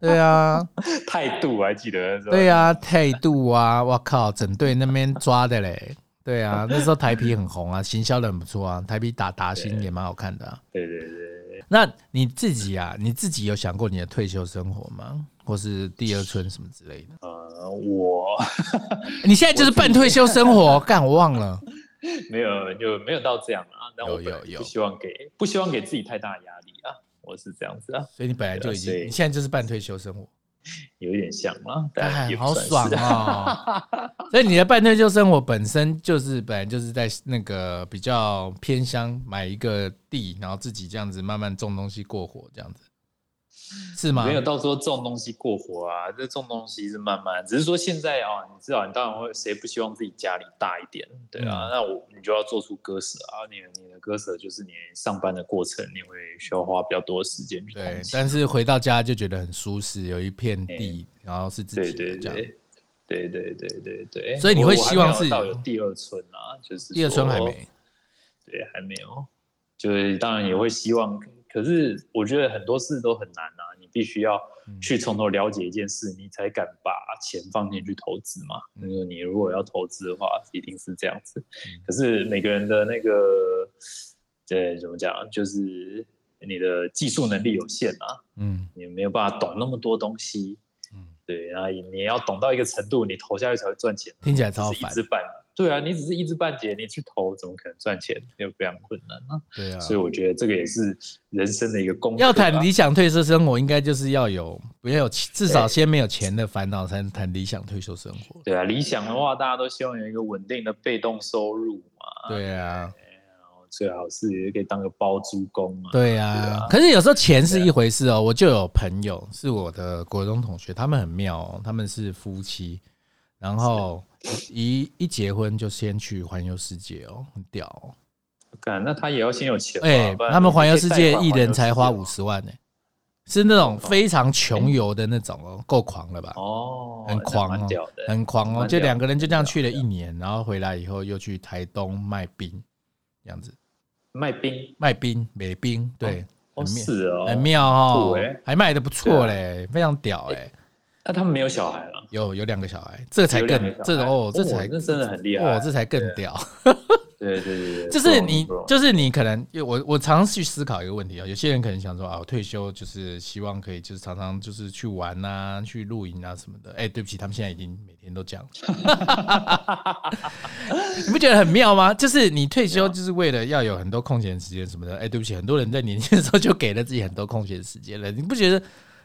Speaker 1: 对啊，
Speaker 2: 态度我还记得。
Speaker 1: 对
Speaker 2: 呀，
Speaker 1: 啊，态度啊，我靠，整队那边抓的嘞。对啊，那时候台啤很红啊，行销的很不错啊，台啤打达兴也蛮好看的啊。
Speaker 2: 对对对，
Speaker 1: 那你自己啊，你自己有想过你的退休生活吗？或是第二春什么之类的？
Speaker 2: 呃，我
Speaker 1: 你现在就是半退休生活，干我忘了。
Speaker 2: 没有就没有到这样啊，但我
Speaker 1: 有有
Speaker 2: 本来就
Speaker 1: 有
Speaker 2: 不希望给不希望给自己太大压力啊，我是这样子啊，
Speaker 1: 所以你本来就已经
Speaker 2: 对啊所，以
Speaker 1: 你现在就是半退休生活，
Speaker 2: 有一点像啊，但
Speaker 1: 哎
Speaker 2: 也，不
Speaker 1: 好
Speaker 2: 算是啊
Speaker 1: 爽 哦。所以你的半退休生活本身就是本来就是在那个比较偏乡买一个地，然后自己这样子慢慢种东西过活这样子。是吗
Speaker 2: 没？有，到时候这种东西过火啊，这种东西是慢慢，只是说现在啊、哦，你知道，你当然会，谁不希望自己家里大一点，对啊，
Speaker 1: 嗯
Speaker 2: 那我你就要做出割舍啊，你的你的割舍就是你上班的过程，你会需要花比较多时间去
Speaker 1: 对
Speaker 2: 谈，心，
Speaker 1: 但是回到家就觉得很舒适，有一片地，然后是自己
Speaker 2: 哎对
Speaker 1: 的
Speaker 2: 对
Speaker 1: 这样。
Speaker 2: 对。对对对对对，
Speaker 1: 所以你会
Speaker 2: 我我还
Speaker 1: 希望
Speaker 2: 没有
Speaker 1: 是
Speaker 2: 到有第二春啊，就是
Speaker 1: 第二春还
Speaker 2: 说
Speaker 1: 没，
Speaker 2: 对，还没有，就是当然也会希望，可是我觉得很多事都很难啊，你必须要
Speaker 1: 嗯
Speaker 2: 去从头了解一件事，你才敢把钱放进去投资嘛。那个你如果要投资的话，一定是这样子。可是每个人的那个，对，怎么讲，就是你的技术能力有限啊，
Speaker 1: 嗯
Speaker 2: 你没有办法懂那么多东西。
Speaker 1: 嗯，
Speaker 2: 对，然后你要懂到一个程度，你投下去才会赚钱。
Speaker 1: 听起来超
Speaker 2: 只是一
Speaker 1: 烦
Speaker 2: 知，半，对啊，你只是一知半解，你去投怎么可能赚钱？又非常困难啊。
Speaker 1: 对啊。
Speaker 2: 所以我觉得这个也是人生的一个功课啊、
Speaker 1: 要谈理想退休生活，应该就是要有不要有至少先没有钱的烦恼，才能谈理想退休生活。
Speaker 2: 对啊，理想的话，大家都希望有一个稳定的被动收入嘛。
Speaker 1: 对啊，
Speaker 2: 然后最好是也可以当个包租公啊。
Speaker 1: 对
Speaker 2: 对
Speaker 1: 啊
Speaker 2: 啊。
Speaker 1: 可是有时候钱是一回事哦。我就有朋友是我的国中同学，他们很妙哦，他们是夫妻，然后一一结婚就先去环游世界哦，很屌哦。
Speaker 2: 干，那他也要先有钱嘛。
Speaker 1: 哎，
Speaker 2: 啊不然
Speaker 1: 他们
Speaker 2: 你
Speaker 1: 环游
Speaker 2: 可以
Speaker 1: 世
Speaker 2: 贷
Speaker 1: 界
Speaker 2: 款
Speaker 1: 一
Speaker 2: 环游
Speaker 1: 人
Speaker 2: 世
Speaker 1: 才花
Speaker 2: 界
Speaker 1: 五
Speaker 2: 嘛。
Speaker 1: 十万呢，是那种非常穷游的那种哦，够狂了吧？
Speaker 2: 哎哦，
Speaker 1: 很
Speaker 2: 那
Speaker 1: 狂
Speaker 2: 蛮
Speaker 1: 哦
Speaker 2: 屌的，
Speaker 1: 很狂哦，
Speaker 2: 蛮
Speaker 1: 就
Speaker 2: 屌
Speaker 1: 两个
Speaker 2: 的
Speaker 1: 人就这样
Speaker 2: 蛮屌
Speaker 1: 去了
Speaker 2: 的
Speaker 1: 一年，然后回来以后又去台东卖冰，这样子
Speaker 2: 卖冰，
Speaker 1: 卖冰美冰，对，
Speaker 2: 哦
Speaker 1: 很妙
Speaker 2: 是哦，
Speaker 1: 很。妙哦
Speaker 2: 酷欸，
Speaker 1: 还卖的不错嘞，非常屌哎，
Speaker 2: 那他们没有小孩了。
Speaker 1: 有有两个小孩，这才
Speaker 2: 有两个
Speaker 1: 更
Speaker 2: 小孩
Speaker 1: 这哦
Speaker 2: 哦，
Speaker 1: 这才
Speaker 2: 那真的很厉害
Speaker 1: 哦，这才更屌。
Speaker 2: 对对对对，
Speaker 1: 就是
Speaker 2: 不容易
Speaker 1: 你
Speaker 2: 不容易，
Speaker 1: 就是你可能我我常常去思考一个问题啊，有些人可能想说啊，我退休就是希望可以就是常常就是去玩啊，去露营啊什么的。哎、对不起，他们现在已经每天都这样， 你不觉得很妙吗？就是你退休就是为了要有很多空闲时间什么的。哎、对不起，很多人在年轻的时候就给了自己很多空闲时间了，你不觉得？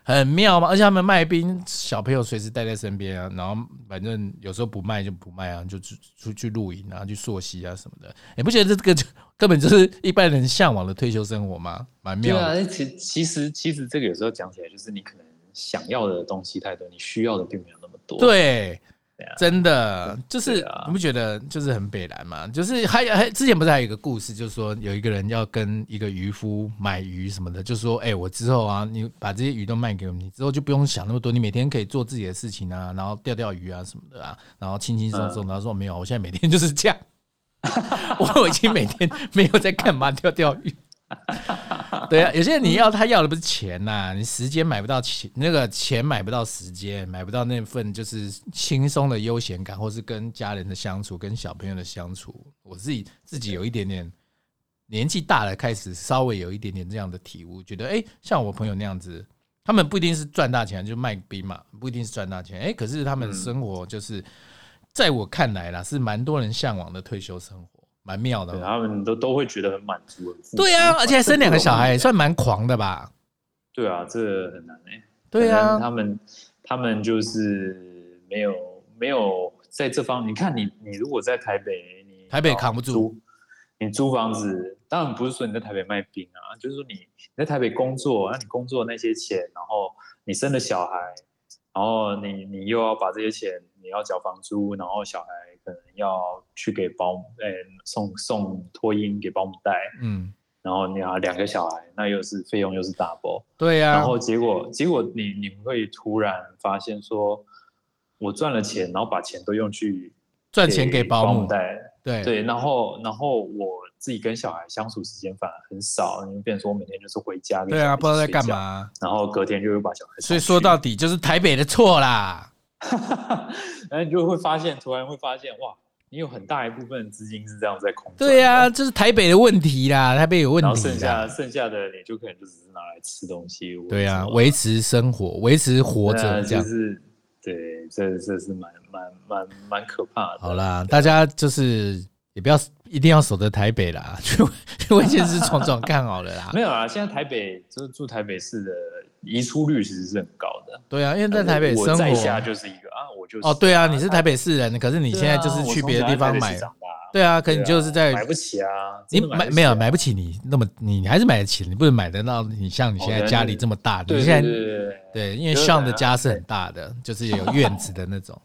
Speaker 1: 很妙吗？而且他们卖冰，小朋友随时带在身边啊，然后反正有时候不卖就不卖啊，就去出去露营啊，去溯溪啊什么的。你不觉得这个就根本就是一般人向往的退休生活吗？蛮
Speaker 2: 对
Speaker 1: 妙
Speaker 2: 啊，
Speaker 1: 的，
Speaker 2: 那其其实其实这个有时候讲起来，就是你可能想要的东西太多，你需要的并没有那么多。
Speaker 1: 对
Speaker 2: 对啊，
Speaker 1: 真的就是、
Speaker 2: 对啊
Speaker 1: 你不觉得就是很北蓝吗？就是还还之前不是还有一个故事，就是说有一个人要跟一个渔夫买鱼什么的，就说哎、我之后啊，你把这些鱼都卖给我，你之后就不用想那么多，你每天可以做自己的事情啊，然后钓钓鱼啊什么的啊，然后轻轻松松。他说没有，我现在每天就是这样， 我已经每天没有在干嘛钓钓鱼。对啊，有些人你要他要的不是钱呐、你时间买不到钱，那个钱买不到时间，买不到那份就是轻松的悠闲感，或是跟家人的相处，跟小朋友的相处。我自己自己有一点点年纪大了，开始稍微有一点点这样的体悟，觉得哎、诶像我朋友那样子，他们不一定是赚大钱，就卖冰嘛，不一定是赚大钱，哎、可是他们的生活就是、在我看来啦，是蛮多人向往的退休生活，蛮妙的
Speaker 2: 对啊
Speaker 1: 哦。
Speaker 2: 他们都都会觉得很满足，很富足
Speaker 1: 对啊，而且还生两个小孩，也。
Speaker 2: 这
Speaker 1: 算
Speaker 2: 不容易
Speaker 1: 蛮狂的吧？
Speaker 2: 对啊，这很难哎。
Speaker 1: 对
Speaker 2: 可
Speaker 1: 啊
Speaker 2: 能，他们他们就是没有没有在这方，你看你你如果在台北，你
Speaker 1: 台北扛不住
Speaker 2: 租，你租房子，当然不是说你在台北卖冰啊，就是说你你在台北工作，那你工作的那些钱，然后你生了小孩，然后你你又要把这些钱，你要缴房租，然后小孩可能要去给保姆，哎、送送托婴给保姆带，
Speaker 1: 嗯，
Speaker 2: 然后你要两个小孩，那又是费用又是 double。
Speaker 1: 对啊，
Speaker 2: 然后结果结果你你会突然发现说，我赚了钱，然后把钱都用去
Speaker 1: 赚钱给保
Speaker 2: 保
Speaker 1: 姆，
Speaker 2: 带，
Speaker 1: 对
Speaker 2: 对，然后然后我自己跟小孩相处时间反而很少，因为变成说我每天就是回家，
Speaker 1: 对啊，不知道在干
Speaker 2: 跟小孩一起
Speaker 1: 嘛。
Speaker 2: 睡觉，然后隔天就又把小孩送去，
Speaker 1: 所以说到底就是台北的错啦。
Speaker 2: 然后你就会发现，突然会发现哇，你有很大一部分的资金是这样在空转的
Speaker 1: 对啊，这是台北的问题啦，台北有问
Speaker 2: 然后
Speaker 1: 题
Speaker 2: 剩下
Speaker 1: 啦。
Speaker 2: 剩下的你就可能就只是拿来吃东西，或者
Speaker 1: 对
Speaker 2: 什
Speaker 1: 啊，
Speaker 2: 么
Speaker 1: 维持生活，维持活
Speaker 2: 对啊
Speaker 1: 着这样
Speaker 2: 就。是对，这这是蛮蛮蛮蛮可怕的。
Speaker 1: 好，啦，大家就是也不要一定要守着台北啦， 去去外县市闯闯看好了啦。
Speaker 2: 没有啊，现在台北就是住台北市的移出率其实是很高的。
Speaker 1: 对啊，因为在台北
Speaker 2: 我
Speaker 1: 生
Speaker 2: 在下
Speaker 1: 活。哦
Speaker 2: 就是一个啊，我就是
Speaker 1: 哦，对啊，你是台北市人，可是你现在就是去别的地方
Speaker 2: 对啊我从小在台北
Speaker 1: 买
Speaker 2: 市，长大，
Speaker 1: 对啊，可
Speaker 2: 对啊
Speaker 1: 你就是在
Speaker 2: 买不起啊，
Speaker 1: 你
Speaker 2: 真的
Speaker 1: 买
Speaker 2: 不起
Speaker 1: 没有
Speaker 2: 啊
Speaker 1: 买不起你那么你还是买得起，你不能买得到你像你
Speaker 2: 哦
Speaker 1: 现在家里这么大，
Speaker 2: 对
Speaker 1: 你
Speaker 2: 对
Speaker 1: 现
Speaker 2: 对
Speaker 1: 在
Speaker 2: 对对
Speaker 1: 对，因为
Speaker 2: 就是
Speaker 1: 上的
Speaker 2: 买啊
Speaker 1: 家是很大的，就是有院子的那 种，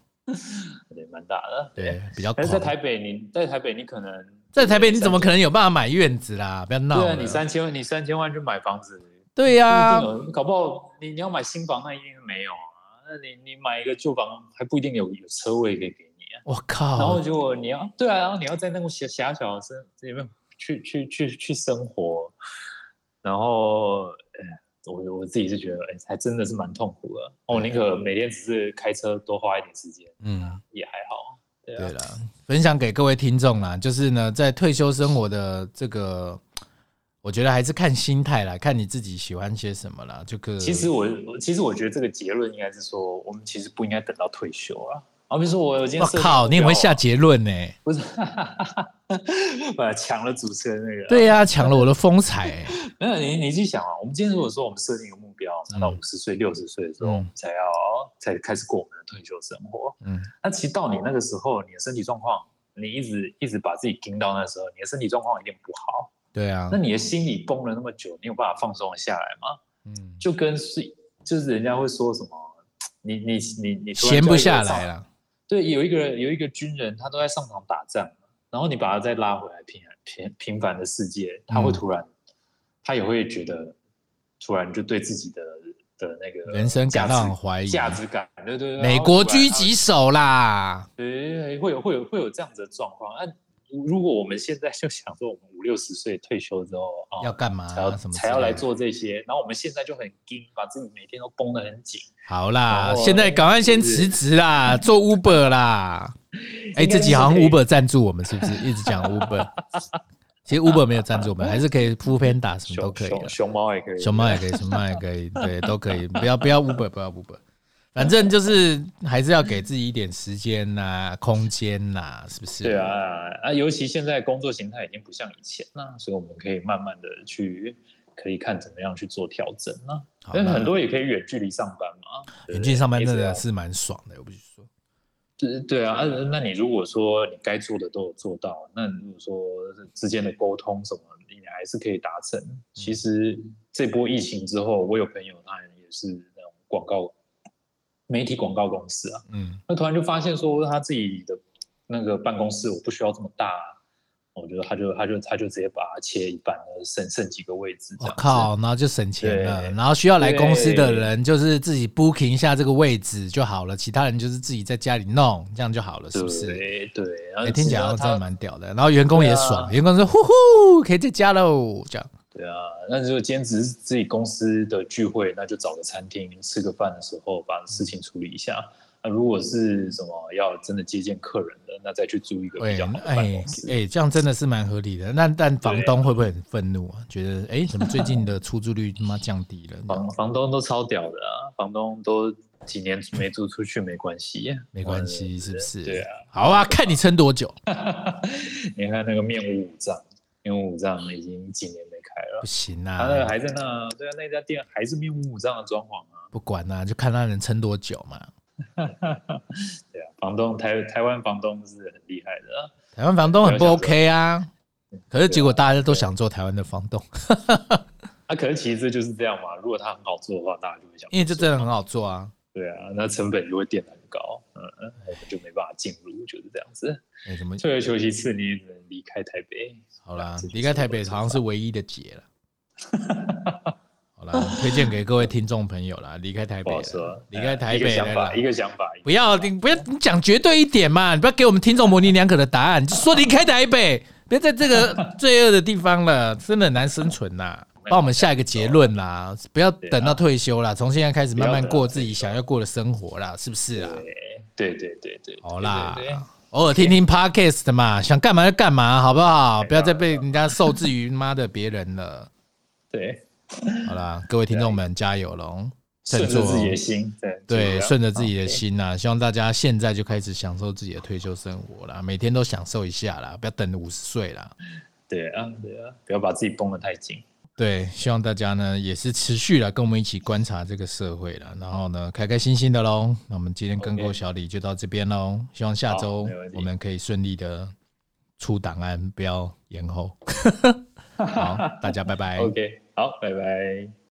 Speaker 2: 对蛮大的，
Speaker 1: 对，比较
Speaker 2: 但
Speaker 1: 宽
Speaker 2: 是。在台北你，在台北你可能
Speaker 1: 在台北你怎么
Speaker 2: 三
Speaker 1: 可能有办法买院子啦？不要闹
Speaker 2: 对啊，
Speaker 1: 了
Speaker 2: 你。三千万，你三千万去买房子，
Speaker 1: 对呀
Speaker 2: 不一，定有搞不好你你要买新房，那一定是没有啊。那你你买一个旧房，还不一定有有车位可以给你啊。
Speaker 1: 我
Speaker 2: 然后
Speaker 1: 靠，
Speaker 2: 如果你要对啊，然后你要在那个狭狭小的这里面去去去去生活，然后呃我我自己是觉得，哎，还真的是蛮痛苦的。我宁可每天只是开车多花一点时间，
Speaker 1: 嗯。
Speaker 2: 也还好。对啊
Speaker 1: 对，了，分享给各位听众啦，就是呢，在退休生活的这个，我觉得还是看心态啦，看你自己喜欢些什么啦。这个
Speaker 2: 其实我我其实我觉得这个结论应该是说，我们其实不应该等到退休啊。啊，比如说我我今
Speaker 1: 我
Speaker 2: 天设定
Speaker 1: 靠，
Speaker 2: 目
Speaker 1: 你也
Speaker 2: 标
Speaker 1: 会
Speaker 2: 啊
Speaker 1: 下结论呢、
Speaker 2: 不是， 把抢了主持人那个。，
Speaker 1: 对呀、抢了我的风采、欸。
Speaker 2: 没有你，你去想啊，我们今天如果说我们设定一个目标，
Speaker 1: 嗯
Speaker 2: 到五十岁、六十岁的时
Speaker 1: 嗯
Speaker 2: 候，我们才要才开始过我们的退休生活。
Speaker 1: 嗯，
Speaker 2: 那其实到你那个时候，你的身体状况，你一直一直把自己盯到那时候，你的身体状况一定不好。
Speaker 1: 对啊
Speaker 2: 那，你的心理绷了那么久，你有办法放松得下来吗？
Speaker 1: 嗯，
Speaker 2: 就跟是，就是人家会说什么，你你你你突然
Speaker 1: 闲
Speaker 2: 叫
Speaker 1: 不
Speaker 2: 一个
Speaker 1: 下
Speaker 2: 上
Speaker 1: 来了。
Speaker 2: 对，有一个有一个军人，他都在上场打仗，然后你把他再拉回来平平平凡的世界，他会
Speaker 1: 嗯
Speaker 2: 突然，他也会觉得，突然就对自己的的那个
Speaker 1: 人生感
Speaker 2: 价
Speaker 1: 到
Speaker 2: 值
Speaker 1: 很怀疑啊
Speaker 2: 价值感，对对啊对，
Speaker 1: 美
Speaker 2: 他会
Speaker 1: 国
Speaker 2: 突然
Speaker 1: 狙，击手啦，
Speaker 2: 他会对，会有会有会有这样子的状况。那、如果我们现在就想说，我们五六十岁退休之后啊，
Speaker 1: 要干嘛、
Speaker 2: 才要
Speaker 1: 什么之
Speaker 2: 才要来
Speaker 1: 类的？
Speaker 2: 做这些，然后我们现在就很紧，把自己每天都绷得很紧。
Speaker 1: 好啦，
Speaker 2: 然后
Speaker 1: 现在赶快先辞职啦，做 Uber 啦。哎、
Speaker 2: 应该
Speaker 1: 自己好像
Speaker 2: 是可以
Speaker 1: Uber 赞助我们，是不是？一直讲 Uber，其实 Uber 没有赞助我们，还是可以 f o o Panda 什么都
Speaker 2: 熊
Speaker 1: 可以
Speaker 2: 熊
Speaker 1: 了，
Speaker 2: 熊猫也可以，
Speaker 1: 熊猫也 可以，熊猫也可以，对，都可以。不要不要 Uber，不要 Uber，反正就是还是要给自己一点时间呐、空间呐、是不是？
Speaker 2: 对，啊，啊，尤其现在工作形态已经不像以前了，所以我们可以慢慢的去，可以看怎么样去做调整啦。
Speaker 1: 好
Speaker 2: 但是
Speaker 1: 啦
Speaker 2: 很多也可以远距离上班嘛，对哦
Speaker 1: 远
Speaker 2: 不
Speaker 1: 距
Speaker 2: 对
Speaker 1: 上班
Speaker 2: 一直
Speaker 1: 真的
Speaker 2: 要
Speaker 1: 是蛮爽的，我必须说。
Speaker 2: 对对啊，啊那你如果说你该做的都有做到，那如果说之间的沟通什么，你还是可以达成。
Speaker 1: 嗯
Speaker 2: 其实这波疫情之后，我有朋友他也是那种广告媒体广告公司啊，
Speaker 1: 嗯，
Speaker 2: 那突然就发现说他自己的那个办公室我不需要这么大、啊我觉得他就他就他就直接把它切一半，呃剩剩几个位置这
Speaker 1: 我
Speaker 2: 样子。
Speaker 1: 哦靠，然后就省钱了，
Speaker 2: 对
Speaker 1: 然后需要来公司的人就是自己 booking 一下这个位置就好了，其他人就是自己在家里弄，这样就好了，是不是？
Speaker 2: 对对，然
Speaker 1: 哎、
Speaker 2: 后
Speaker 1: 听起来好像真
Speaker 2: 他
Speaker 1: 的蛮屌的。然后员工也
Speaker 2: 对啊
Speaker 1: 爽，员工说：“呼呼，可以在家喽。”这样，
Speaker 2: 对啊，那就兼职自己公司的聚会，那就找个餐厅吃个饭的时候
Speaker 1: 嗯
Speaker 2: 把事情处理一下。那如果是什么要真的接见客人的，那再去租一个
Speaker 1: 哎
Speaker 2: 比较好的办
Speaker 1: 哎
Speaker 2: 公室。
Speaker 1: 哎，这样真的是蛮合理的。那但房东会不会很愤怒啊？觉得哎、怎么最近的出租率他妈降低了？
Speaker 2: 房房东都超屌的啊，房东都几年没租出去没关系，嗯
Speaker 1: 没关系，是不是？
Speaker 2: 对啊。
Speaker 1: 好啊，看你撑多久。
Speaker 2: 你看那个面无五藏，面无五藏已经几年没开了
Speaker 1: 不，行
Speaker 2: 他那个
Speaker 1: 啊，
Speaker 2: 还在那，对啊，那家店还是面无五藏的装潢啊，
Speaker 1: 不管啦、就看他能撑多久嘛。
Speaker 2: 对啊，房东台台湾房东是很厉害的啊，
Speaker 1: 台湾房东很不
Speaker 2: 不要想
Speaker 1: OK 啊，可是结果大家都想做台湾的房东，
Speaker 2: 啊，可是其实就是这样嘛，如果它很好做的话，大家就会想去做，
Speaker 1: 因为这真的很好做啊。
Speaker 2: 对啊，那成本就会垫得很高，嗯，我们就没办法进入，就是这样子。
Speaker 1: 哎、怎么
Speaker 2: 退而求其次，你也只能离开台北。啊
Speaker 1: 好啦
Speaker 2: 这就，是
Speaker 1: 离开台北
Speaker 2: 我的
Speaker 1: 好像是唯一的解了。 好啦，推荐给各位听众朋友啦，离开台
Speaker 2: 不
Speaker 1: 北
Speaker 2: 好
Speaker 1: 了，
Speaker 2: 说，啊
Speaker 1: 离开台
Speaker 2: 一个
Speaker 1: 北
Speaker 2: 想
Speaker 1: 了
Speaker 2: 法，一。个想法，
Speaker 1: 不要你不要你讲绝对一点嘛，你不要给我们听众模棱两可的答案，就说离开台北，别在这 个罪恶的地方了，真的很难生存呐。
Speaker 2: 啊
Speaker 1: 帮我们下一个结论啦，不要等到退休啦，从现在开始慢慢
Speaker 2: 不要等到
Speaker 1: 过自己想要过的生活啦，是不是啊？
Speaker 2: 对对对对，
Speaker 1: 好
Speaker 2: 对
Speaker 1: 啦
Speaker 2: 对对，
Speaker 1: 偶尔听听 podcast 嘛，想干嘛就干嘛，好不好？
Speaker 2: 没错
Speaker 1: 不要再
Speaker 2: 啊
Speaker 1: 被人家受制于妈的别人了。
Speaker 2: 对，
Speaker 1: 好啦，各位听众们加油喽！
Speaker 2: 顺
Speaker 1: 振
Speaker 2: 着
Speaker 1: 作
Speaker 2: 自己的心，对
Speaker 1: 对，顺着自己
Speaker 2: 的
Speaker 1: 的心呐、希望大家现在就开始享受自己的退休生活啦，每天都享受一下啦，不要等五十岁啦。
Speaker 2: 对啊对啊，不要把自己绷得太紧。
Speaker 1: 对，希望大家呢也是持续来跟我们一起观察这个社会啦，然后呢开开心心的喽。那我们今天跟
Speaker 2: OK
Speaker 1: 过小李就到这边喽，希望下
Speaker 2: 好
Speaker 1: 周
Speaker 2: 没问题
Speaker 1: 我们可以顺利的出档 案，不要延后。好，大家拜拜。
Speaker 2: OK，好，拜拜。